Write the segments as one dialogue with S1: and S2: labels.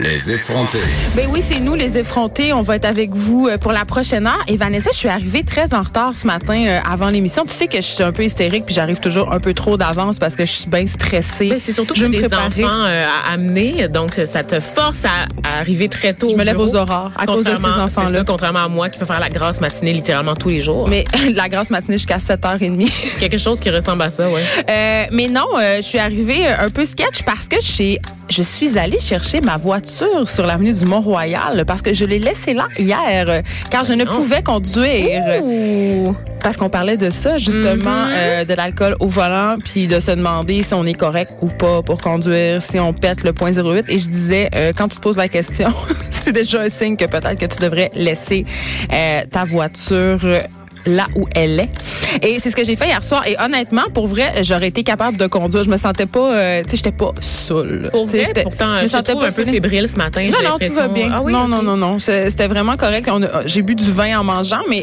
S1: Les effrontés.
S2: Ben oui, c'est nous les effrontés. On va être avec vous euh, pour la prochaine heure. Et Vanessa, je suis arrivée très en retard ce matin euh, avant l'émission. Tu sais que je suis un peu hystérique puis j'arrive toujours un peu trop d'avance parce que je suis bien stressée.
S3: Ben, c'est surtout que je des préparer. enfants euh, à amener, donc ça te force à, à arriver très tôt.
S2: Je me lève
S3: aux
S2: aurores à cause de ces enfants-là.
S3: Contrairement à moi qui peut faire la grasse matinée littéralement tous les jours.
S2: Mais la grasse matinée jusqu'à 7h30.
S3: Quelque chose qui ressemble à ça, oui.
S2: Euh, mais non, je suis arrivée euh, un peu sketch parce que je je suis allée chercher ma voiture sur l'avenue du Mont-Royal parce que je l'ai laissée là hier euh, car je ne pouvais conduire.
S3: Ben
S2: Euh,
S3: Ouh.
S2: Parce qu'on parlait de ça, justement,
S3: Mhm.
S2: mm -hmm. euh, de l'alcool au volant, puis de se demander si on est correct ou pas pour conduire, si on pète le point 08. Et je disais, euh, quand tu te poses la question, c'est déjà un signe que peut-être que tu devrais laisser euh, ta voiture euh, là où elle est. Et c'est ce que j'ai fait hier soir. Et honnêtement, pour vrai, j'aurais été capable de conduire. Je me sentais pas, euh, tu sais, j'étais pas saoule.
S3: Pour vrai, pourtant, je me sentais pas un peu fébrile ce matin.
S2: Non, non, tout va bien. Ah oui, non, okay. non, non, non, C'était vraiment correct. J'ai bu du vin en mangeant, mais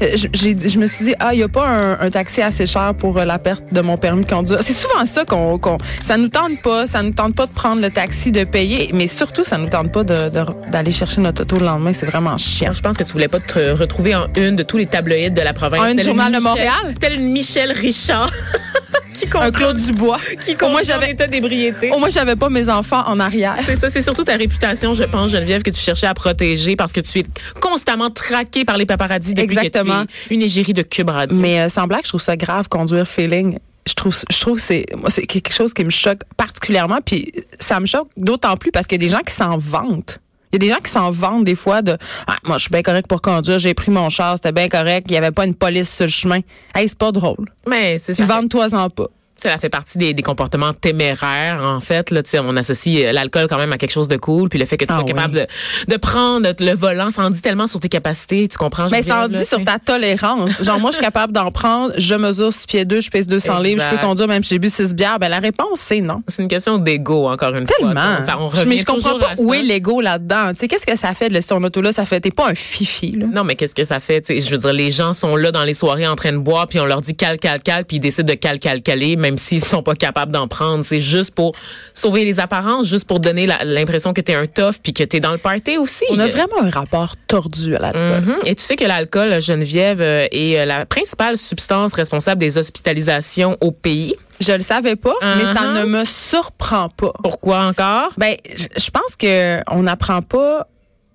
S2: je me suis dit, ah, il n'y a pas un, un, taxi assez cher pour euh, la perte de mon permis de conduire. C'est souvent ça qu'on, qu ça nous tente pas, ça nous tente pas de prendre le taxi, de payer, mais surtout, ça nous tente pas d'aller chercher notre auto le lendemain. C'est vraiment chiant.
S3: Je pense que tu voulais pas te retrouver en une de tous les tabloïds de la province.
S2: Un journal de Montréal?
S3: Tel une Michel Richard.
S2: qui comprend, un Claude Dubois.
S3: Qui au moins j'avais état d'ébriété.
S2: Au moins j'avais pas mes enfants en arrière.
S3: C'est ça, c'est surtout ta réputation, je pense, Geneviève, que tu cherchais à protéger parce que tu es constamment traqué par les paparazzis depuis
S2: Exactement.
S3: Que tu es une égérie de Cube Radio.
S2: Mais euh, sans blague, je trouve ça grave conduire feeling je trouve je trouve c'est moi c'est quelque chose qui me choque particulièrement puis ça me choque d'autant plus parce qu'il y a des gens qui s'en vantent il y a des gens qui s'en vantent des fois de ah, moi je suis bien correct pour conduire, j'ai pris mon char, c'était bien correct, il n'y avait pas une police sur le chemin. Hey, c'est pas drôle.
S3: Mais c'est ça.
S2: Vente-toi en pas.
S3: Ça fait partie des, des, comportements téméraires, en fait. Là, on associe euh, l'alcool quand même à quelque chose de cool. Puis le fait que tu sois ah, capable oui. de, de, prendre le volant, ça en dit tellement sur tes capacités, tu comprends?
S2: Mais ça en dit sur ta tolérance. Genre, moi, je suis capable d'en prendre, je mesure 6 pieds 2, je pèse 200 exact. livres, je peux conduire même si j'ai bu 6 bières. Ben, la réponse, c'est non.
S3: C'est une question d'ego, encore une
S2: tellement.
S3: fois.
S2: Tellement. Mais je comprends pas où est l'ego là-dedans. Tu sais, qu'est-ce que ça fait de laisser ton auto là? Ça fait, t'es pas un fifi, là.
S3: Non, mais qu'est-ce que ça fait? T'sais, je veux dire, les gens sont là dans les soirées en train de boire, puis on leur dit cal, cal, cal, puis ils décident de cal, cal, caler, même s'ils sont pas capables d'en prendre. C'est juste pour sauver les apparences, juste pour donner l'impression que tu es un tough puis que tu es dans le party aussi.
S2: On a vraiment un rapport tordu à l'alcool.
S3: Mm -hmm. Et tu sais que l'alcool, Geneviève, euh, est la principale substance responsable des hospitalisations au pays.
S2: Je le savais pas, uh -huh. mais ça
S3: Uh-huh.
S2: ne me surprend pas.
S3: Pourquoi encore?
S2: Ben, je pense que on n'apprend pas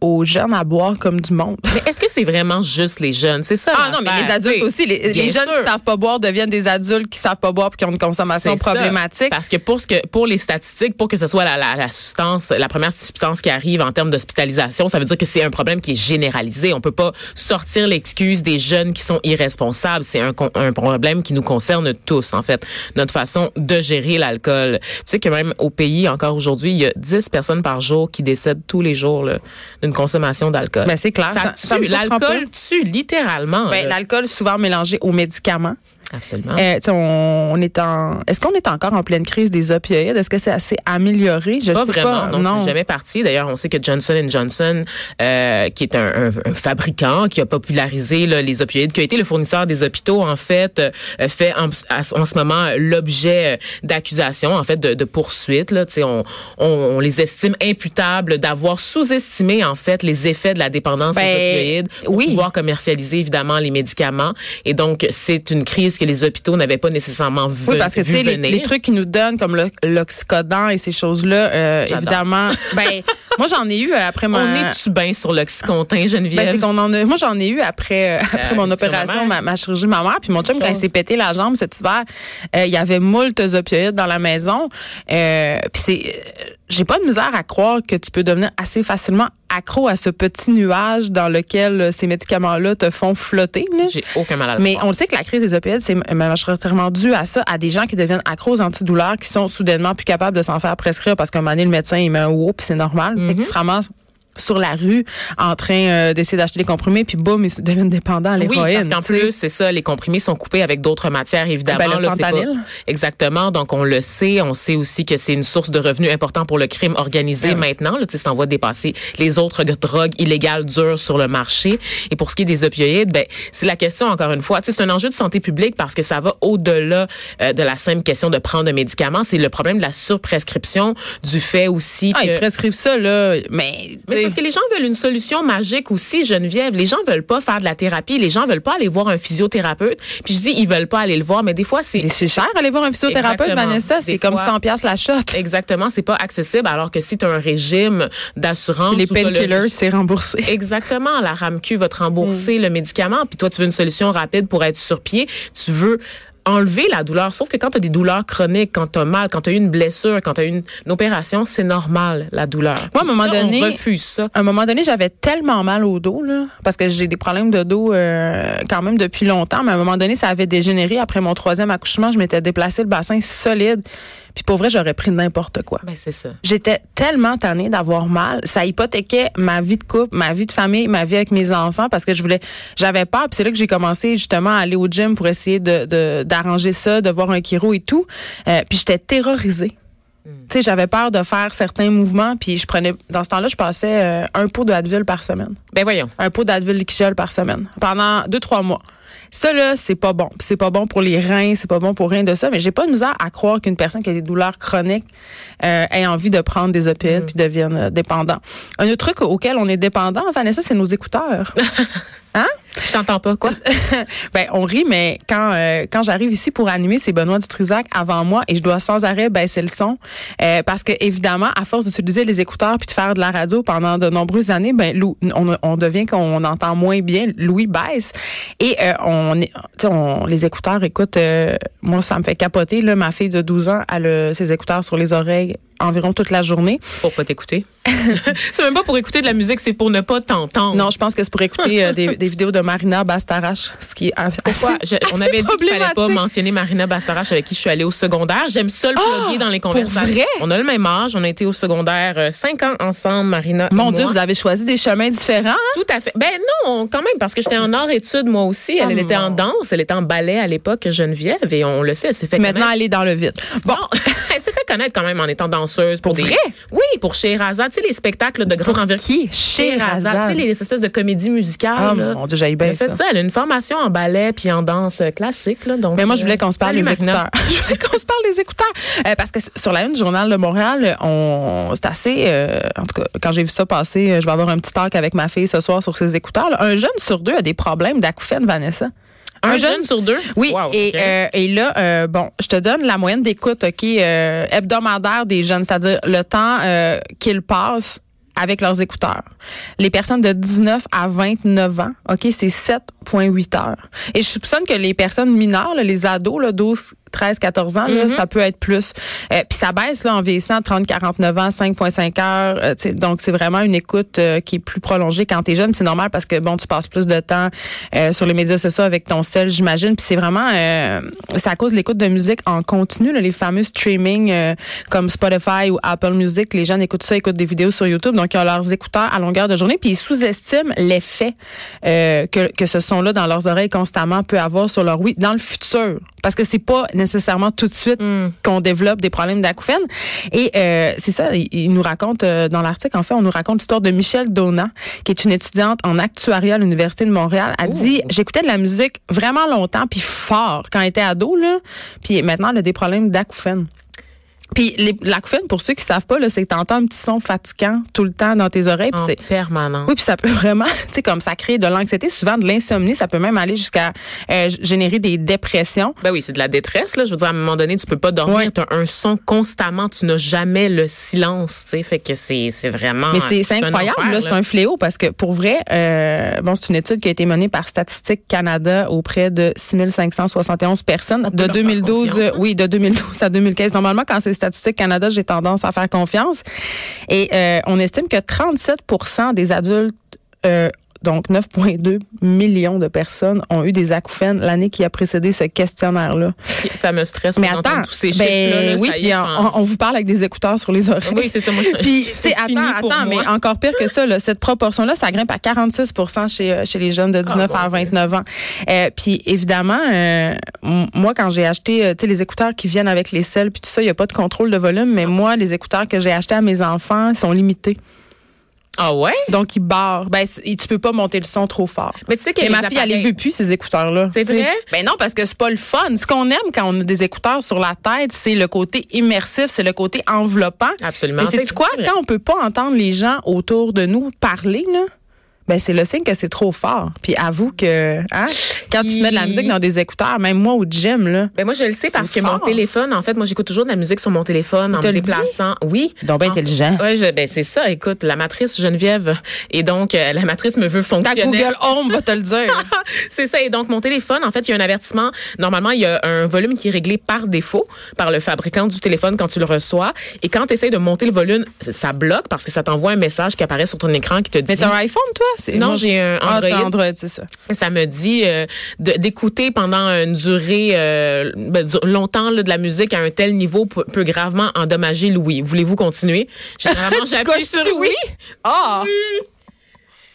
S2: aux jeunes à boire comme du monde.
S3: Mais est-ce que c'est vraiment juste les jeunes? C'est ça.
S2: Ah non, mais les adultes aussi. Les, les jeunes qui savent pas boire deviennent des adultes qui savent pas boire puis qui ont une consommation problématique. Ça.
S3: Parce que pour ce que, pour les statistiques, pour que ce soit la, la, la substance, la première substance qui arrive en termes d'hospitalisation, ça veut dire que c'est un problème qui est généralisé. On peut pas sortir l'excuse des jeunes qui sont irresponsables. C'est un, un problème qui nous concerne tous, en fait. Notre façon de gérer l'alcool. Tu sais que même au pays, encore aujourd'hui, il y a 10 personnes par jour qui décèdent tous les jours, là, consommation d'alcool.
S2: Ben, c'est clair.
S3: Ça, ça, ça l'alcool tue littéralement.
S2: Ben, l'alcool souvent mélangé aux médicaments.
S3: Absolument.
S2: Euh, on, on, est en. Est-ce qu'on est encore en pleine crise des opioïdes Est-ce que c'est assez amélioré
S3: Je pas sais vraiment. Pas. Non, non. c'est jamais parti. D'ailleurs, on sait que Johnson Johnson, euh, qui est un, un, un, fabricant qui a popularisé là, les opioïdes, qui a été le fournisseur des hôpitaux, en fait, euh, fait en, en, ce moment euh, l'objet d'accusations, en fait, de, de poursuites. Là, on, on, on, les estime imputables d'avoir sous-estimé en fait les effets de la dépendance ben, aux opioïdes pour
S2: oui.
S3: pouvoir commercialiser évidemment les médicaments. Et donc, c'est une crise que les hôpitaux n'avaient pas nécessairement vu.
S2: Oui, parce que tu sais, les, les, trucs qu'ils nous donnent, comme l'oxycodant et ces choses-là, euh, évidemment, ben, Moi, j'en ai eu euh, après mon.
S3: On est-tu bien sur l'oxycontin, Geneviève?
S2: Ben, c'est qu'on en a- Moi, j'en ai eu après, euh, après mon
S3: sur ma
S2: opération,
S3: mère.
S2: ma, ma chirurgie mammaire. Puis mon chum,
S3: Même
S2: quand il
S3: chose.
S2: s'est pété la jambe cet hiver, euh, il y avait moult opioïdes dans la maison. Euh, puis c'est. euh, J'ai pas de misère à croire que tu peux devenir assez facilement accro à ce petit nuage dans lequel euh, ces médicaments-là te font flotter. là.
S3: J'ai aucun mal à le
S2: Mais
S3: croire.
S2: on le sait que la crise des opioïdes, c'est majoritairement dû à ça, à des gens qui deviennent accros aux antidouleurs, qui sont soudainement plus capables de s'en faire prescrire parce qu'à un moment donné, le médecin, il met un wow, puis c'est normal. Fait
S3: Mhm.
S2: qu'ils se ramassent sur la rue en train euh, d'essayer d'acheter des comprimés, puis boum, ils se deviennent dépendants à
S3: Oui,
S2: l'héroïne.
S3: parce qu'en
S2: tu sais.
S3: plus, c'est ça, les comprimés sont coupés avec d'autres matières, évidemment.
S2: Ben, le
S3: là, c'est pas-
S2: fentanyl.
S3: Exactement. Donc, on le sait. On sait aussi que c'est une source de revenus important pour le crime organisé
S2: Ben oui.
S3: maintenant. Là, tu sais, ça en va dépasser les autres drogues illégales dures sur le marché. Et pour ce qui est des opioïdes, ben, c'est la question, encore une fois. Tu sais, c'est un enjeu de santé publique parce que ça va au-delà euh, de la simple question de prendre un médicament. C'est le problème de la surprescription, du fait aussi
S2: Ah,
S3: que...
S2: ils prescrivent ça, là, mais...
S3: euh, Mais c'est parce que les gens veulent une solution magique aussi, Geneviève. Les gens veulent pas faire de la thérapie. Les gens veulent pas aller voir un physiothérapeute. Puis je dis, ils veulent pas aller le voir, mais des fois, c'est
S2: Et c'est cher aller voir un physiothérapeute,
S3: Exactement.
S2: Vanessa.
S3: Des
S2: C'est comme
S3: fois-
S2: 100 pièces la shot.
S3: exactement, c'est pas accessible. Alors que si tu as un régime d'assurance,
S2: Les
S3: ou t'as le
S2: painkillers, Mm. c'est remboursé.
S3: Exactement. La RAMQ va te rembourser le médicament, puis toi, tu veux une solution rapide pour être sur pied. Tu veux enlever la douleur. Sauf que quand tu as des douleurs chroniques, quand tu as mal, quand tu as eu une blessure, quand tu as eu une, une opération, c'est normal, la douleur.
S2: Moi, à un moment
S3: Ça,
S2: donné-
S3: On refuse ça.
S2: À un moment donné, j'avais tellement mal au dos, là, parce que j'ai des problèmes de dos euh, quand même depuis longtemps, mais à un moment donné, ça avait dégénéré. Après mon troisième accouchement, je m'étais déplacé le bassin solide. Puis pour vrai, j'aurais pris n'importe quoi.
S3: Ben, c'est ça.
S2: J'étais tellement tannée d'avoir mal, ça hypothéquait ma vie de couple, ma vie de famille, ma vie avec mes enfants parce que je voulais, j'avais peur. Puis c'est là que j'ai commencé justement à aller au gym pour essayer de de- d'arranger ça, de voir un chiro et tout. Euh, puis j'étais terrorisée. Tu sais, j'avais peur de faire certains mouvements, puis je prenais, dans ce temps-là, je passais euh, un pot de Advil par semaine
S3: Ben, voyons.
S2: un pot d'Advil liquide par semaine pendant deux trois mois. Ça là, c'est pas bon. Puis C'est pas bon pour les reins, c'est pas bon pour rien de ça. Mais j'ai pas de misère à croire qu'une personne qui a des douleurs chroniques euh, ait envie de prendre des opioïdes puis devienne euh, dépendant. Un autre truc auquel on est dépendant, Vanessa, c'est nos écouteurs.
S3: Je t'entends pas, quoi?
S2: ben on rit, mais quand euh, quand j'arrive ici pour animer, c'est Benoît Dutrisac avant moi et je dois sans arrêt baisser le son Euh, parce que évidemment, à force d'utiliser les écouteurs puis de faire de la radio pendant de nombreuses années, ben Lou- on, on devient qu'on entend moins bien. Louis baisse et euh, on, est- tu sais, on les écouteurs. Écoute, euh, moi ça me fait capoter là. Ma fille de 12 ans a le, ses écouteurs sur les oreilles environ toute la journée.
S3: Pour pas t'écouter. c'est même pas pour écouter de la musique, c'est pour ne pas t'entendre.
S2: Non, je pense que c'est pour écouter euh, des, des vidéos de Marina Bastarache, ce qui est assez,
S3: Pourquoi? Je- on
S2: assez
S3: avait dit qu'il fallait pas
S2: Ah, problématique.
S3: mentionner Marina Bastarache avec qui je suis allée au secondaire. J'aime ça le plugger dans les conversations.
S2: Ah! vrai?
S3: On a le même âge. On a été au secondaire euh, cinq ans ensemble, Marina. et
S2: Mon Dieu,
S3: moi.
S2: vous avez choisi des chemins différents. hein?
S3: Tout à fait. Ben non, quand même, parce que j'étais en art-études, moi aussi.
S2: Oh
S3: Elle, elle était en danse, elle était en ballet à l'époque, Geneviève, et on le sait, elle s'est fait
S2: Maintenant,
S3: connaître.
S2: aller dans le vide. Bon,
S3: Non, elle s'est fait connaître quand même en étant danseuse. Pour,
S2: Pour
S3: des...
S2: vrai?
S3: Oui, pour Sherazade. Tu sais, les spectacles de grand envergure.
S2: qui?
S3: Sherazade. Tu sais, les espèces de comédies musicales.
S2: Ah,
S3: là.
S2: mon Dieu, j'aille bien
S3: Elle a fait
S2: ça.
S3: ça. Elle a une formation en ballet puis en danse euh, classique. Là, donc,
S2: Mais Ben, moi, je voulais qu'on se
S3: euh,
S2: parle
S3: salut,
S2: des
S3: Marina.
S2: écouteurs. je voulais qu'on se parle des écouteurs. Euh, parce que s- sur la une du Journal de Montréal, on, c'est assez, euh, en tout cas, quand j'ai vu ça passer, euh, je vais avoir un petit talk avec ma fille ce soir sur ses écouteurs. là. Un jeune sur deux a des problèmes d'acouphènes, Vanessa.
S3: Un jeune sur deux?
S2: Oui.
S3: Wow,
S2: et,
S3: ok.
S2: euh, et là, euh, bon, je te donne la moyenne d'écoute, OK, euh, hebdomadaire des jeunes, c'est-à-dire le temps euh, qu'ils passent avec leurs écouteurs. Les personnes de 19 à 29 ans, OK, c'est 7,8 heures. Et je soupçonne que les personnes mineures, là, les ados, là, 12, 13, 14 ans, là, ça peut être plus. Euh, Puis ça baisse là, en vieillissant, 30, 49 ans, 5,5 heures. euh, tu sais, donc, c'est vraiment une écoute euh, qui est plus prolongée quand t'es jeune. C'est normal parce que, bon, tu passes plus de temps euh, sur les médias sociaux avec ton sel, j'imagine. Puis c'est vraiment, euh, c'est à cause de l'écoute de musique en continu, là, les fameux streaming euh, comme Spotify ou Apple Music. Les jeunes écoutent ça, écoutent des vidéos sur YouTube. Donc, ils ont leurs écouteurs à longueur de journée. Puis ils sous-estiment l'effet euh, que, que ce son-là dans leurs oreilles constamment peut avoir sur leur oui dans le futur. Parce que c'est pas nécessairement tout de suite qu'on développe des problèmes d'acouphènes. Et euh, c'est ça, il, il nous raconte euh, dans l'article, en fait, on nous raconte l'histoire de Michelle Donat, qui est une étudiante en actuariat à l'Université de Montréal. Elle dit, j'écoutais de la musique vraiment longtemps, puis fort, quand elle était ado, là. Puis maintenant, elle a des problèmes d'acouphènes. Puis les- l'acouphène, pour ceux qui savent pas, là, c'est que t'entends un petit son fatigant tout le temps dans tes oreilles. puis
S3: en
S2: c'est
S3: permanent.
S2: oui, puis ça peut vraiment, tu sais, comme ça crée de l'anxiété, souvent de l'insomnie, ça peut même aller jusqu'à euh, g- générer des dépressions.
S3: Ben oui, c'est de la détresse là. Je veux dire, à un moment donné, tu peux pas dormir.
S2: Ouais.
S3: T'as un son constamment. Tu n'as jamais le silence. Tu sais, fait que c'est Ah c'est vraiment.
S2: Mais c'est c'est
S3: un
S2: incroyable,
S3: enfer,
S2: là, c'est
S3: là.
S2: un fléau parce que pour vrai, euh, bon, c'est une étude qui a été menée par Statistique Canada auprès de 6571 personnes de
S3: leur faire
S2: 2012,
S3: confiance. hein.
S2: euh, oui, de 2012 à 2015. Normalement, quand c'est Statistique Canada, j'ai tendance à faire confiance. Et euh, on estime que 37 des adultes euh, donc 9,2 millions de personnes ont eu des acouphènes l'année qui a précédé ce questionnaire-là.
S3: Ça me stresse.
S2: Mais
S3: quand j'entends
S2: attends,
S3: tous ces chiffres-là,
S2: ben
S3: là,
S2: oui,
S3: ça y
S2: puis
S3: est, je pense-
S2: on, on vous parle avec des écouteurs sur les oreilles.
S3: Oui, c'est ça, moi, je-
S2: Puis,
S3: c'est
S2: tu sais,
S3: fini
S2: attends,
S3: pour
S2: attends,
S3: moi.
S2: mais encore pire que ça, là, cette proportion-là, ça grimpe à 46 chez, euh, chez les jeunes de 19
S3: Ah, mon
S2: à
S3: Dieu.
S2: 29 ans. Euh, puis évidemment, euh, m- moi, quand j'ai acheté, euh, tu sais, les écouteurs qui viennent avec les selles, puis tout ça, il n'y a pas de contrôle de volume, mais moi, les écouteurs que j'ai achetés à mes enfants ils sont limités.
S3: Ah ouais.
S2: Donc, ils barrent. Ben, c- tu peux pas monter le son trop fort.
S3: Mais tu sais que
S2: Et
S3: les
S2: ma fille, elle les
S3: appareils-
S2: veut plus, ces écouteurs-là.
S3: C'est
S2: Tu sais.
S3: vrai?
S2: Ben non, parce que c'est pas le fun. Ce qu'on aime quand on a des écouteurs sur la tête, c'est le côté immersif, c'est le côté enveloppant.
S3: Absolument.
S2: Mais c'est
S3: C'est
S2: quoi?
S3: vrai.
S2: Quand on peut pas entendre les gens autour de nous parler, là, ben c'est le signe que c'est trop fort. Puis avoue que, hein, quand tu te mets de la musique dans des écouteurs, même moi au gym, là,
S3: Ben moi je le sais parce que mon
S2: fort.
S3: téléphone, en fait, moi j'écoute toujours de la musique sur mon téléphone en
S2: te
S3: me
S2: le dit?
S3: déplaçant. Oui.
S2: donc ben
S3: En-
S2: intelligent.
S3: Ouais, je- ben c'est ça. Écoute, la matrice Geneviève et donc euh, la matrice me veut
S2: Ta
S3: fonctionner.
S2: Google Home va te le dire.
S3: C'est ça. Et donc, mon téléphone, en fait, il y a un avertissement. Normalement, il y a un volume qui est réglé par défaut par le fabricant du téléphone quand tu le reçois. Et quand tu essaies de monter le volume, ça bloque parce que ça t'envoie un message qui apparaît sur ton écran qui te dit...
S2: Mais t'as un iPhone, toi? C'est-
S3: Non,
S2: moi,
S3: j'ai un
S2: Ah, t'as
S3: Android.
S2: Android, c'est ça.
S3: Ça me dit euh, de- d'écouter pendant une durée euh, ben, du- longtemps là, de la musique à un tel niveau peut, peut gravement endommager l'ouïe. Voulez-vous continuer? Généralement, Ah, j'appuie sur
S2: coches-tu
S3: oui.
S2: Ah!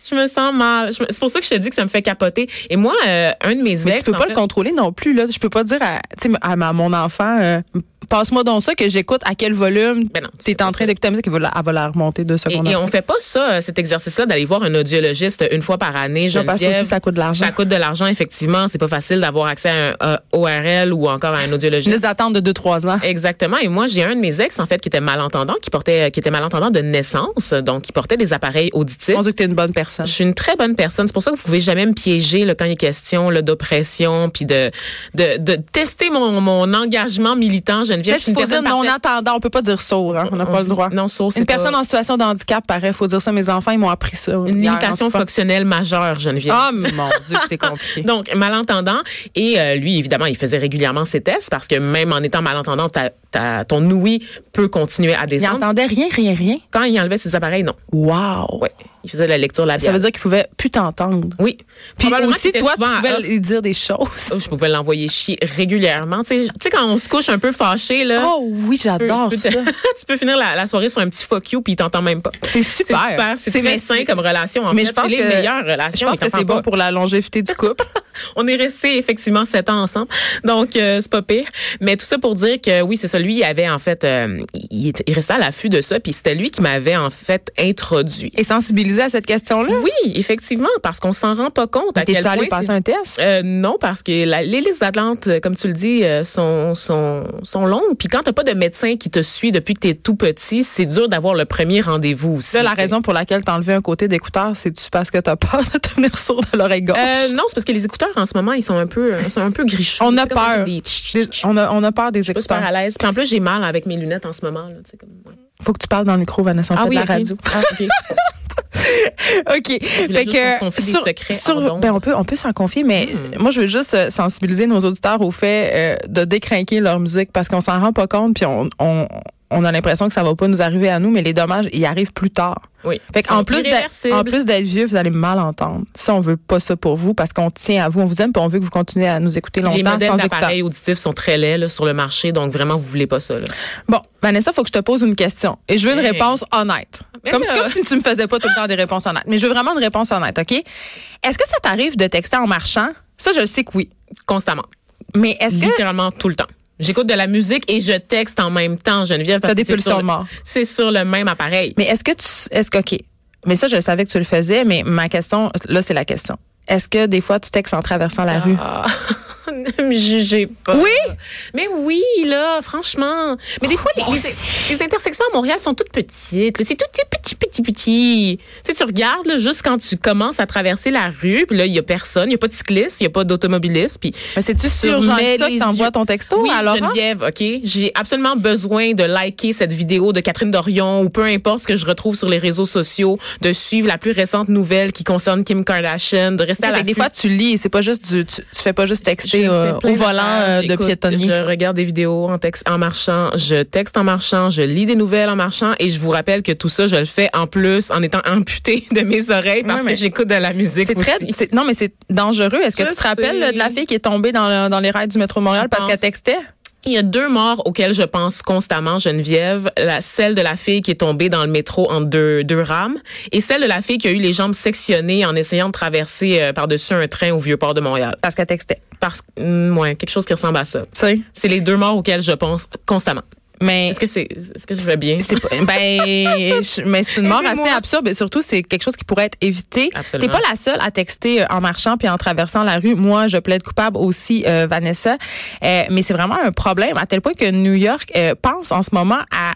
S3: Je me sens mal. Je me- C'est pour ça que je te dis que ça me fait capoter. Et moi, euh, un de mes
S2: Mais
S3: ex,
S2: tu peux
S3: en
S2: pas
S3: fait-
S2: le contrôler non plus là. Je peux pas dire à, tu sais, à ma- mon enfant, euh, passe-moi donc ça que j'écoute à quel volume.
S3: Ben non, tu
S2: t'es
S3: fais pas
S2: en
S3: ça.
S2: train d'écouter la musique, elle va la, elle va la remonter deux
S3: Et,
S2: secondes.
S3: et
S2: après.
S3: on fait pas ça, euh, cet exercice-là, d'aller voir un audiologiste une fois par année.
S2: Non, parce que
S3: Geneviève.
S2: aussi, ça coûte de l'argent.
S3: Ça coûte de l'argent, effectivement. C'est pas facile d'avoir accès à un euh, ORL ou encore à un
S2: Une
S3: audiologiste.
S2: liste d'attente de 2-3 ans.
S3: Exactement. Et moi, j'ai un de mes ex, en fait, qui était malentendant, qui portait, qui était malentendant de naissance, donc qui portait des appareils auditifs.
S2: On dit que t'es une bonne personne.
S3: Je suis une très bonne personne. C'est pour ça que vous pouvez jamais me piéger là, quand il est question là, d'oppression, puis de, de, de tester mon, mon engagement militant, Geneviève.
S2: Mais
S3: Je suis
S2: il
S3: une
S2: faut dire
S3: personne
S2: non
S3: parfaite.
S2: entendant, on peut pas dire sourd, hein. on n'a
S3: On
S2: pas le
S3: dit-
S2: droit.
S3: non, sourd, c'est
S2: Une
S3: pas-
S2: personne en situation de handicap, pareil, faut dire ça. Mes enfants, ils m'ont appris ça.
S3: Une limitation fonctionnelle majeure, Geneviève.
S2: Oh mon Dieu, que c'est compliqué.
S3: Donc, malentendant. Et euh, lui, évidemment, il faisait régulièrement ses tests parce que même en étant malentendant, ta, ta- ton ouïe peut continuer à
S2: Ils
S3: descendre.
S2: n'entendaient rien, rien, rien.
S3: Quand il enlevait ses appareils, non.
S2: Wow.
S3: Ouais. Il faisait de la lecture labiale.
S2: Ça veut dire qu'ils pouvaient plus t'entendre.
S3: Oui.
S2: Puis
S3: Probablement qu'il
S2: aussi,
S3: était
S2: toi, tu
S3: souvent à
S2: pouvais
S3: off.
S2: lui dire des choses.
S3: Oh, Je pouvais l'envoyer chier régulièrement. Tu sais, je- tu sais, quand on se couche un peu fâché, là.
S2: Oh oui,
S3: tu peux-
S2: j'adore
S3: tu peux,
S2: ça.
S3: te- tu peux finir la, la soirée sur un petit fuck you puis il t'entend même pas.
S2: C'est super.
S3: C'est super. C'est très
S2: mais
S3: sain comme relation. En
S2: mais
S3: fait,
S2: je pense
S3: c'est les
S2: que-
S3: meilleures
S2: Je
S3: relations.
S2: pense
S3: il
S2: que
S3: t'entend
S2: c'est
S3: pas.
S2: bon pour la longévité du couple.
S3: On est resté effectivement sept ans ensemble, donc euh, c'est pas pire. Mais tout ça pour dire que oui, c'est ça. Lui, il avait en fait, euh, il, était- il restait à l'affût de ça, puis c'était lui qui m'avait en fait introduit.
S2: Et sensibiliser à cette question-là.
S3: Oui, effectivement, parce qu'on s'en rend pas compte à
S2: Ah! T'es-tu
S3: quel point.
S2: allé passer
S3: c'est-
S2: un test?
S3: Euh, non, parce que la, les listes d'attente, euh, comme tu le dis, euh, sont, sont, sont longues. Puis quand t'as pas de médecin qui te suit depuis que t'es tout petit, c'est dur d'avoir le premier rendez-vous. aussi,
S2: Là, la
S3: tu sais.
S2: raison pour laquelle t'as enlevé un côté d'écouteur, c'est-tu parce que t'as peur de te venir sourd de l'oreille gauche?
S3: Euh, non, c'est parce que les écouteurs en ce moment, ils sont un peu, ils sont un peu grichous.
S2: On a
S3: C'est comme
S2: peur.
S3: des tch- tch-
S2: Des-
S3: tch-
S2: on, a, on a peur des
S3: pas super
S2: écouteurs.
S3: à l'aise. Puis en plus, j'ai mal avec mes lunettes en ce moment. Là, tu sais, comme, ouais.
S2: Faut que tu parles dans le micro, Vanessa, on fait de la
S3: ok.
S2: radio.
S3: Ah, ok.
S2: OK. Fait
S3: juste
S2: que euh,
S3: qu'on confie des
S2: sur-
S3: secrets
S2: sur-
S3: hors d'onde.
S2: ben, on peut on peut s'en confier mais
S3: Hmm.
S2: moi je veux juste euh, sensibiliser nos auditeurs au fait euh, de décrinquer leur musique parce qu'on s'en rend pas compte puis on, on on a l'impression que ça va pas nous arriver à nous mais les dommages ils arrivent plus tard.
S3: Oui.
S2: Fait
S3: Ils
S2: qu'en
S3: sont
S2: plus d'être
S3: irréversibles.
S2: en plus d'être vieux, vous allez mal entendre. Ça on veut pas ça pour vous parce qu'on tient à vous, on vous aime puis on veut que vous continuez à nous écouter
S3: Les
S2: longtemps
S3: modèles
S2: sans écouteur.
S3: d'appareils auditifs sont très laids là, sur le marché, donc vraiment, vous voulez pas ça. Là.
S2: Bon, Vanessa, faut que je te pose une question et je veux une
S3: Hey.
S2: réponse honnête.
S3: Mais
S2: Comme,
S3: là.
S2: comme si tu me faisais pas tout le temps des réponses honnêtes, mais je veux vraiment une réponse honnête, OK Est-ce que ça t'arrive de texter en marchant Ça je le sais que oui.
S3: Constamment.
S2: Mais est-ce que
S3: Littéralement tout le temps. J'écoute de la musique et je texte en même temps, Geneviève. parce
S2: T'as des
S3: que c'est
S2: pulsions
S3: sur le-
S2: de mort.
S3: C'est sur le même appareil.
S2: mais est-ce que tu est-ce que OK. Mais ça je savais que tu le faisais mais ma question là c'est la question. Est-ce que des fois tu textes en traversant la rue
S3: Ah, ne me jugez pas.
S2: Oui? Oh,
S3: Mais oui, là, franchement. Mais des fois, les, les- les intersections à Montréal sont toutes petites. là. C'est tout petit, petit, petit, petit. Tu sais, tu regardes, là, juste quand tu commences à traverser la rue, puis là, il n'y a personne, il n'y a pas de cycliste, il n'y a pas d'automobiliste, puis
S2: Mais c'est-tu
S3: Tu
S2: sur genre
S3: remets
S2: ça
S3: les
S2: que t'envoies
S3: yeux.
S2: ton texto hein?
S3: oui,
S2: à Laurent?
S3: Geneviève, OK? J'ai absolument besoin de liker cette vidéo de Catherine Dorion ou peu importe ce que je retrouve sur les réseaux sociaux, de suivre la plus récente nouvelle qui concerne Kim Kardashian, de rester à
S2: Fait
S3: la
S2: que des fois, tu lis, c'est pas juste du, tu, tu fais pas juste texter euh, au volant euh, de piétonnier.
S3: Je regarde des vidéos en texte en marchant, je texte en marchant, je lis des nouvelles en marchant et je vous rappelle que tout ça, je le fais en plus en étant amputée de mes oreilles parce
S2: Ouais, mais
S3: que j'écoute de la musique
S2: C'est très,
S3: aussi.
S2: c'est- non mais c'est dangereux. Est-ce que
S3: Je
S2: tu te
S3: sais.
S2: rappelles là, de la fille qui est tombée dans, le- dans les rails du métro Montréal
S3: Je
S2: parce qu'elle
S3: pense.
S2: textait
S3: Il y a deux morts auxquelles je pense constamment, Geneviève. La, celle de la fille qui est tombée dans le métro en deux, deux rames et celle de la fille qui a eu les jambes sectionnées en essayant de traverser euh, par-dessus un train au vieux port de Montréal.
S2: parce qu'elle textait.
S3: Parce, hum, ouais, quelque chose qui ressemble à ça.
S2: Tu sais,
S3: C'est les deux morts auxquelles je pense constamment.
S2: mais
S3: Est-ce que c'est, est-ce que je vais bien?
S2: c'est pas- ben je- mais c'est une mort assez absurde et surtout c'est quelque chose qui pourrait être évité.
S3: Absolument.
S2: T'es pas la seule à texter euh, en marchant puis en traversant la rue. Moi, je plaide coupable aussi euh, Vanessa, Euh, mais c'est vraiment un problème à tel point que New York euh, pense en ce moment à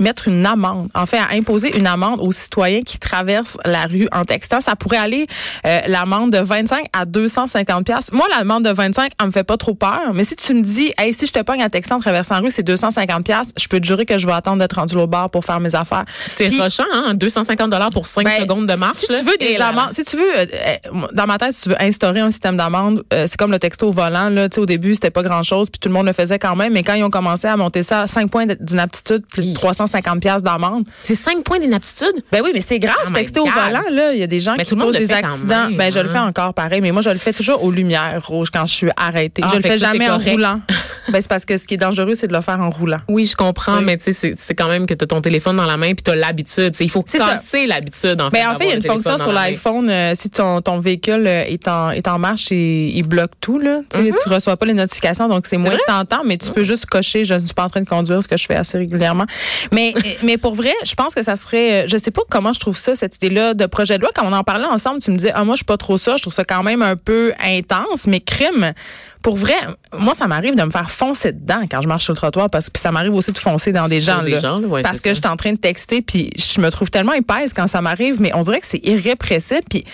S2: mettre une amende, en fait, à imposer une amende aux citoyens qui traversent la rue en textant. Ça pourrait aller euh, l'amende de 25 à 250 pièces. Moi, l'amende de 25, elle me fait pas trop peur. Mais si tu me dis, hey, si je te pogne en textant en traversant la rue, c'est 250 pièces, je peux te jurer que je vais attendre d'être rendu au bar pour faire mes affaires.
S3: C'est
S2: Puis-
S3: rochant, hein? 250 pour 5
S2: ben,
S3: secondes de marche.
S2: Si
S3: là.
S2: tu veux
S3: Et
S2: des
S3: là, là.
S2: amendes, si tu veux, euh, euh, dans ma tête, si tu veux instaurer un système d'amende, euh, c'est comme le texto au volant. Là, Tu sais, au début, c'était pas grand chose, puis tout le monde le faisait quand même. Mais quand ils ont commencé à monter ça à 5 points d'inaptitude plus
S3: Hi.
S2: 350 pièces d'amende,
S3: C'est 5 points d'inaptitude?
S2: ben oui, mais c'est grave,
S3: Oh my
S2: texter au
S3: God.
S2: volant, là. Il y a des gens
S3: Mais
S2: qui
S3: tout le monde
S2: causent
S3: le
S2: des
S3: fait quand
S2: accidents.
S3: même,
S2: ben, je le fais
S3: hein.
S2: encore pareil, mais moi, je le fais toujours aux lumières rouges quand je suis arrêtée.
S3: Ah,
S2: je le
S3: fait que
S2: fais
S3: ça, c'est
S2: jamais en
S3: correct.
S2: roulant. ben, c'est parce que ce qui est dangereux, c'est de le faire en roulant.
S3: Oui, je comprends,
S2: T'sais.
S3: mais tu sais, c'est- c'est quand même que tu as ton téléphone dans la main puis tu as l'habitude. T'sais, Il faut
S2: C'est ça.
S3: casser l'habitude, en fait.
S2: Ben, en fait, il y a une
S3: d'avoir le téléphone
S2: fonction sur
S3: dans la main.
S2: l'iPhone. euh, si ton, ton véhicule euh, est en, est en marche, il, il bloque tout. Là. Tu
S3: Mm-hmm.
S2: sais, Tu reçois pas les notifications, donc c'est moins tentant, mais tu peux juste cocher je ne suis pas en train de conduire, ce que je fais assez régulièrement. Mais, euh, mais pour vrai, je pense que ça serait. euh, Je sais pas comment je trouve ça, cette idée-là de projet de loi. Quand on en parlait ensemble, tu me disais Ah, moi, je suis pas trop ça. Je trouve ça quand même un peu intense, mais crime. Pour vrai, moi, ça m'arrive de me faire foncer dedans quand je marche sur le trottoir, parce que ça m'arrive aussi de foncer dans des
S3: Sur
S2: gens.
S3: des
S2: là,
S3: gens, là, ouais,
S2: parce
S3: c'est
S2: que
S3: ça.
S2: j'étais en train de texter, puis je me trouve tellement épaisse quand ça m'arrive, mais on dirait que c'est irrépressible, puis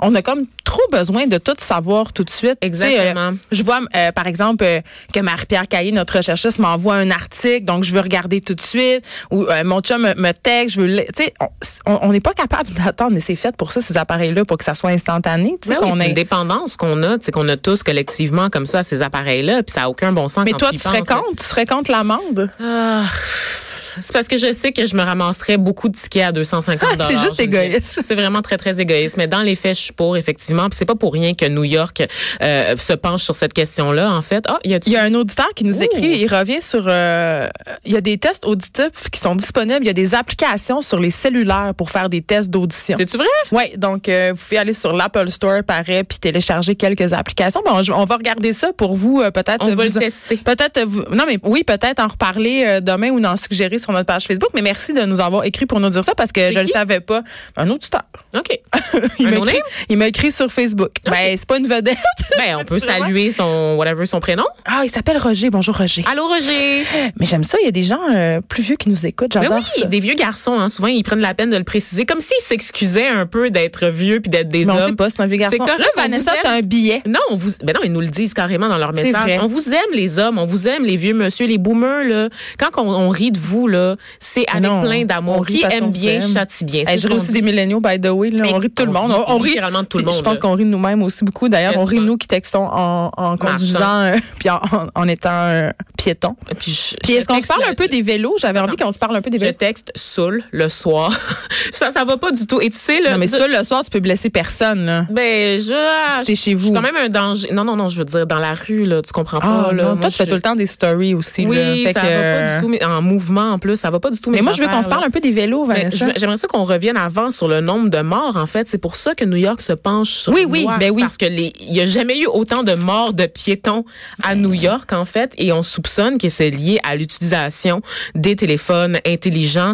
S2: on a comme trop besoin de tout savoir tout de suite. Tu sais,
S3: Exactement.
S2: euh, je vois, euh, par exemple, euh, que Marie-Pierre Caillé, notre recherchiste, m'envoie un article, donc je veux regarder tout de suite, ou euh, mon chum me, me texte, je veux... le- Tu sais, on- on n'est pas capable d'attendre, mais c'est fait pour ça, ces appareils-là, pour que ça soit instantané, tu sais,
S3: Ben oui,
S2: qu'on
S3: c'est
S2: ait-
S3: une dépendance qu'on a, t'sais, qu'on a tous collectivement comme ça à ces appareils-là, puis ça a aucun bon sens.
S2: Mais
S3: quand
S2: toi,
S3: y
S2: tu serais
S3: penses, là.
S2: contre? Tu serais contre l'amende?
S3: Ah, c'est parce que je sais que je me ramasserais beaucoup de tickets à 250
S2: Ah, C'est juste
S3: Geneviève.
S2: égoïste.
S3: C'est vraiment très très égoïste, mais dans les faits, je suis pour effectivement, puis c'est pas pour rien que New York euh, se penche sur cette question-là en fait. Ah, y a-tu
S2: Il y a un auditeur qui nous écrit, il revient sur... euh, il y a des tests auditifs qui sont disponibles, il y a des applications sur les cellulaires pour faire des tests d'audition.
S3: C'est-tu vrai
S2: Oui, donc euh, vous pouvez aller sur l'Apple Store, paraît, puis télécharger quelques applications. Bon, on, on va regarder ça pour vous, euh, peut-être.
S3: On va
S2: vous-
S3: le tester.
S2: Peut-être vous, non mais oui peut-être en reparler euh, demain ou d'en suggérer sur notre page Facebook mais merci de nous avoir écrit pour nous dire ça parce que je le
S3: qui?
S2: savais pas un auditeur
S3: OK.
S2: il
S3: Un
S2: m'a
S3: non-name?
S2: écrit, il m'a écrit sur Facebook ben c'est pas une vedette
S3: Ben, on peut saluer son whatever son prénom.
S2: ah il s'appelle Roger bonjour Roger
S3: Allô Roger.
S2: mais j'aime ça il y a des gens euh, plus vieux qui nous écoutent
S3: Ben
S2: j'adore
S3: oui,
S2: ça
S3: des vieux garçons, hein, souvent ils prennent la peine de le préciser, comme s'ils s'excusaient un peu d'être vieux puis d'être des
S2: mais on
S3: hommes.
S2: sait pas c'est un vieux garçon
S3: correct,
S2: là
S3: on
S2: Vanessa
S3: vous aime.
S2: t'as un billet
S3: Non, on vous, ben non, ils nous le disent carrément dans leur
S2: C'est
S3: message.
S2: vrai.
S3: On vous aime les hommes, on vous aime les vieux monsieur, les boomers là. Quand on, on rit de vous là, c'est avec
S2: non,
S3: plein
S2: on
S3: d'amour.
S2: rit
S3: Qui
S2: parce qu'on
S3: aime bien
S2: s'aime.
S3: châtie bien.
S2: Hey,
S3: C'est
S2: je
S3: ce
S2: ris
S3: qu'on
S2: aussi
S3: dit.
S2: des milléniaux, by the way. là.
S3: Mais
S2: on rit de tout le
S3: on
S2: monde.
S3: rit
S2: On, on rit
S3: littéralement de tout le monde,
S2: Je pense
S3: là.
S2: qu'on rit de nous-mêmes aussi beaucoup. D'ailleurs, on
S3: N'est-ce
S2: rit de
S3: pas?
S2: nous qui textons en, en conduisant euh, puis en, en- en étant euh, piéton.
S3: Puis, je-
S2: Puis
S3: je
S2: est-ce qu'on se
S3: texte
S2: parle
S3: le-
S2: un peu des vélos? J'avais envie qu'on se parle un peu des
S3: Je
S2: vélos.
S3: texte saoul le soir. ça, ça va pas du tout. Et tu sais là,
S2: Non, mais
S3: ça-
S2: ça, le soir, tu peux blesser personne. Là.
S3: ben je,
S2: C'est chez
S3: je suis
S2: vous.
S3: quand même un danger. Non non non, je veux dire dans la rue là, tu comprends
S2: Ah,
S3: pas là.
S2: non.
S3: Moi,
S2: Toi, tu fais
S3: je-
S2: tout le temps des stories aussi. là.
S3: Oui,
S2: Fait
S3: ça
S2: que,
S3: va pas du tout. mais En mouvement en plus, ça va pas du tout.
S2: Mais
S3: mes
S2: moi, je veux qu'on
S3: affaires,
S2: se
S3: là.
S2: parle un peu des vélos,
S3: Mais
S2: Vanessa.
S3: je- J'aimerais ça qu'on revienne avant sur le nombre de morts, en fait. C'est pour ça que New York se penche sur
S2: Oui,
S3: le
S2: oui,
S3: noir.
S2: ben
S3: C'est
S2: oui.
S3: Parce que les, il y a jamais eu autant de morts de piétons à New York, en fait. Et on soupçonne que c'est lié à l'utilisation des téléphones intelligents.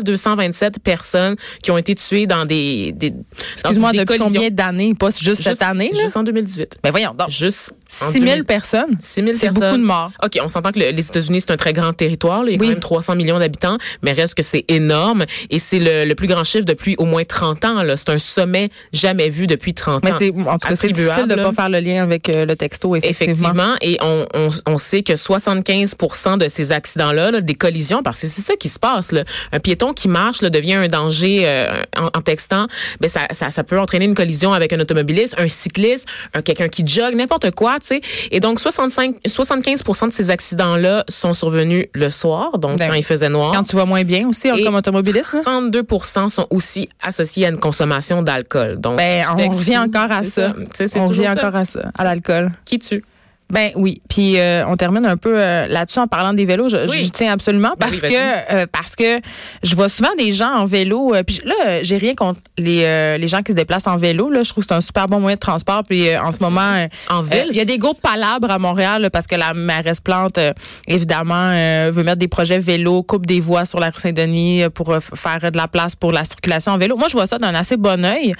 S3: 6227 personnes qui ont été tuées dans des, des dans
S2: Excuse-moi,
S3: des
S2: depuis
S3: collisions.
S2: combien d'années? Pas juste,
S3: Juste-
S2: cette année? là?
S3: Juste en 2018.
S2: Ben voyons donc.
S3: Juste En
S2: 6 000
S3: 2000
S2: personnes.
S3: 6 000
S2: C'est
S3: personnes.
S2: beaucoup de morts.
S3: OK, on s'entend que le- les États-Unis, c'est un très grand territoire. là. Il y a
S2: Oui.
S3: quand même 300 millions d'habitants, mais reste que c'est énorme. Et c'est le, le plus grand chiffre depuis au moins 30 ans. là. C'est un sommet jamais vu depuis 30
S2: Mais
S3: ans.
S2: c'est, en tout cas, c'est
S3: Ah. Attribuable,
S2: difficile de
S3: là.
S2: pas faire le lien avec euh, le texto, effectivement.
S3: Effectivement, et on, on, on sait que 75 de ces accidents-là, là, des collisions, parce que c'est ça qui se passe. Là. Un piéton qui marche là, devient un danger euh, en, en textant. Ben ça, ça, ça peut entraîner une collision avec un automobiliste, un cycliste, un quelqu'un qui jogue, n'importe quoi, tu sais. Et donc 65, 75 de ces accidents-là sont survenus le soir, donc
S2: Ben
S3: quand
S2: oui.
S3: il faisait noir.
S2: Quand tu vas moins bien aussi, hein,
S3: Et
S2: comme automobiliste. hein.
S3: 32 sont aussi associés à une consommation d'alcool. Donc,
S2: Ben,
S3: tu
S2: on
S3: textes-
S2: revient encore à
S3: c'est
S2: ça.
S3: Tu sais, C'est
S2: On
S3: toujours
S2: revient
S3: ça.
S2: encore à ça, à l'alcool.
S3: Qui tue?
S2: Ben oui, puis euh, on termine un peu euh, là-dessus en parlant des vélos. Je, je-
S3: Oui.
S2: je tiens absolument
S3: Ben
S2: parce
S3: oui,
S2: que euh, parce que je vois souvent des gens en vélo. euh, puis je- là, euh, j'ai rien contre les euh, les gens qui se déplacent en vélo. Là, je trouve que c'est un super bon moyen de transport. Puis euh, en ce moment, euh,
S3: En
S2: euh,
S3: ville,
S2: il y a des groupes palabres à Montréal là, parce que la mairesse Plante, euh, évidemment, euh, veut mettre des projets vélo, coupe des voies sur la rue Saint-Denis euh, pour euh, f- faire de la place pour la circulation en vélo. Moi, je vois ça d'un assez bon œil.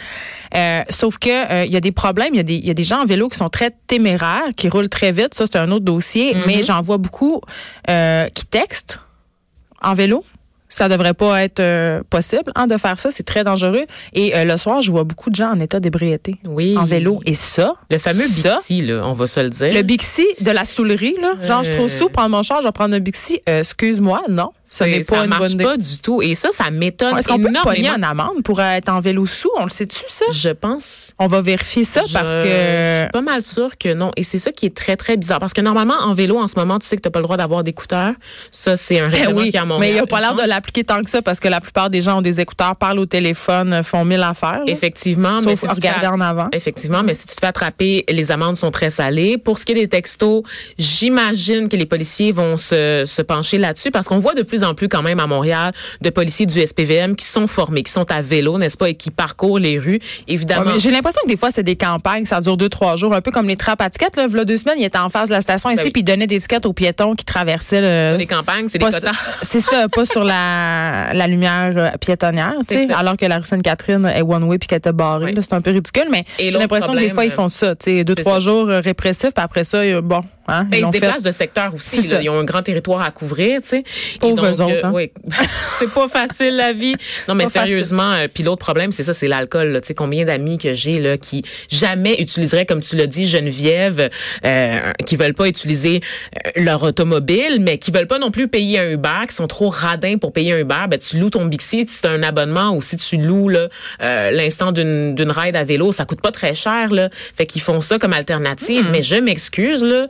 S2: Euh, sauf que euh, il y a des problèmes. Il y, a des- il y a des gens en vélo qui sont très téméraires, qui roulent très vite. Ça, c'est un autre dossier.
S3: Mm-hmm.
S2: Mais j'en vois beaucoup euh, qui textent en vélo. Ça devrait pas être euh, possible hein, de faire ça. C'est très dangereux. Et euh, le soir, je vois beaucoup de gens en état d'ébriété
S3: Oui.
S2: en vélo. Et ça,
S3: Le fameux
S2: ça,
S3: Bixi, hein? là, on va se le dire.
S2: le Bixi de la soulerie, là. Genre, je suis trop sous, prends mon char, je vais prendre un Bixi. Euh, Excuse-moi, non. Ce n'est
S3: Euh. C'est-
S2: pas
S3: ça
S2: une
S3: marche
S2: bonne idée.
S3: pas du tout. Et ça, ça m'étonne
S2: Est-ce qu'on peut te pogner
S3: énormément.
S2: en amende pour euh, être en vélo sous? On le sait-tu, ça?
S3: Je pense.
S2: On va vérifier ça
S3: Je-
S2: parce
S3: Je
S2: que.
S3: suis pas mal sûre que non. Et c'est ça qui est très, très bizarre. Parce que normalement, en vélo, en ce moment, tu sais que t'as pas le droit d'avoir d'écouteurs. Ça, c'est un
S2: Ben
S3: règlement
S2: oui,
S3: qui est à Montréal.
S2: mais il a pas
S3: je
S2: l'air de
S3: pense.
S2: l'appliquer tant que ça parce que la plupart des gens ont des écouteurs, parlent au téléphone, font mille affaires. là.
S3: Effectivement,
S2: Sauf
S3: mais si tu te fais-
S2: regarder en avant.
S3: Effectivement, mais si tu te fais attraper, les amendes sont très salées. Pour ce qui est des textos, j'imagine que les policiers vont se, se pencher là-dessus parce qu'on voit de plus en plus quand même à Montréal de policiers du SPVM qui sont formés, qui sont à vélo, n'est-ce pas, et qui parcourent les rues.
S2: Ouais,
S3: Évidemment,
S2: Ah, mais J'ai l'impression que des fois, c'est des campagnes, ça dure deux, trois jours, un peu comme les trappes à tickets. Là, V'là deux semaines, il était en face de la station ici,
S3: Ben oui.
S2: puis il donnait des tickets aux piétons qui traversaient le.
S3: les campagnes, c'est des
S2: pas
S3: quotas.
S2: sur- C'est ça, pas sur la, la lumière euh, piétonnière, tu
S3: C'est
S2: sais,
S3: ça.
S2: alors que la rue Sainte-Catherine est one-way puis qu'elle était barrée.
S3: Oui.
S2: là, C'est un peu ridicule, mais j'ai
S3: Et l'autre
S2: l'impression que des
S3: problème, euh,
S2: fois, ils font ça, tu sais, deux,
S3: c'est
S2: trois
S3: ça.
S2: jours euh, répressifs, puis après ça, euh, bon, hein,
S3: Ben,
S2: ils
S3: ils
S2: l'ont
S3: se
S2: fait.
S3: déplacent de secteur aussi.
S2: C'est
S3: là.
S2: ça.
S3: Ils ont un grand territoire à couvrir, tu sais. Et
S2: Pauvres
S3: donc, euh,
S2: eux autres, hein.
S3: oui. c'est pas facile la vie. Non, mais
S2: Pas facile.
S3: sérieusement, euh, puis l'autre problème, c'est ça, c'est l'alcool. là. Tu sais combien d'amis que j'ai là qui jamais utiliseraient, comme tu l'as dit, Geneviève, euh, qui veulent pas utiliser euh, leur automobile, mais qui veulent pas non plus payer un Uber, qui sont trop radins pour payer un Uber. Ben tu loues ton Bixi, si c'est un abonnement, ou si tu loues là, euh, l'instant d'une d'une ride à vélo, ça coûte pas très cher là. Fait qu'ils font ça comme alternative. Mais je m'excuse là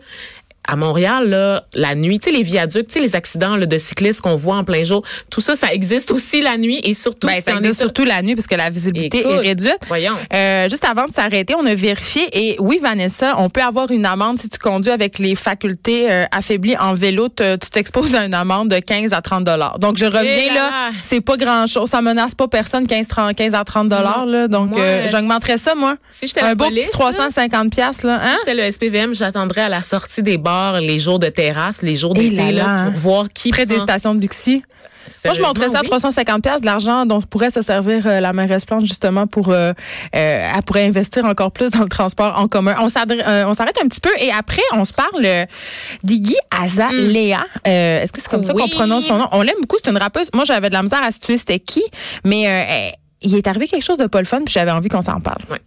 S3: à Montréal, là, la nuit, tu sais, les viaducs, tu sais, les accidents là, de cyclistes qu'on voit en plein jour, tout ça, ça existe aussi la nuit et surtout,
S2: Ben,
S3: si
S2: ça
S3: t'en
S2: existe
S3: es-
S2: surtout la nuit parce que la visibilité
S3: Écoute,
S2: est réduite.
S3: voyons.
S2: Euh, juste avant de s'arrêter, on a vérifié et oui, Vanessa, on peut avoir une amende si tu conduis avec les facultés euh, affaiblies en vélo. te- tu t'exposes à une amende de 15 à 30 dollars. Donc je
S3: Eh
S2: reviens
S3: là
S2: là,
S3: là.
S2: c'est pas grand chose, ça menace pas personne 15, 30, 15 à 30 dollars là. Donc
S3: Moi,
S2: euh,
S3: euh,
S2: j'augmenterais ça moi.
S3: si j'étais
S2: un
S3: la
S2: beau
S3: police,
S2: petit 350 pièces là, hein?
S3: Si j'étais le SPVM, j'attendrais à la sortie des bars, les jours de terrasse, les jours
S2: Eh là
S3: d'été, là,
S2: là.
S3: pour voir qui
S2: Près des
S3: prend-
S2: stations de Bixi. Moi, je montrais ça à
S3: Sérieusement, oui.
S2: 350 pièces de l'argent dont pourrait se servir euh, la mairesse Plante justement pour euh, euh, elle pourrait investir encore plus dans le transport en commun. On s'adre- euh, on s'arrête un petit peu et après on se parle euh, d'Iggy Azalea. Euh, Est-ce que c'est comme ça qu'on
S3: Hmm. Oui.
S2: prononce son nom On l'aime beaucoup, c'est une rappeuse. Moi, j'avais de la misère à situer c'était qui, mais euh, eh, il est arrivé quelque chose de pas le fun puis j'avais envie qu'on s'en parle.
S3: Ouais.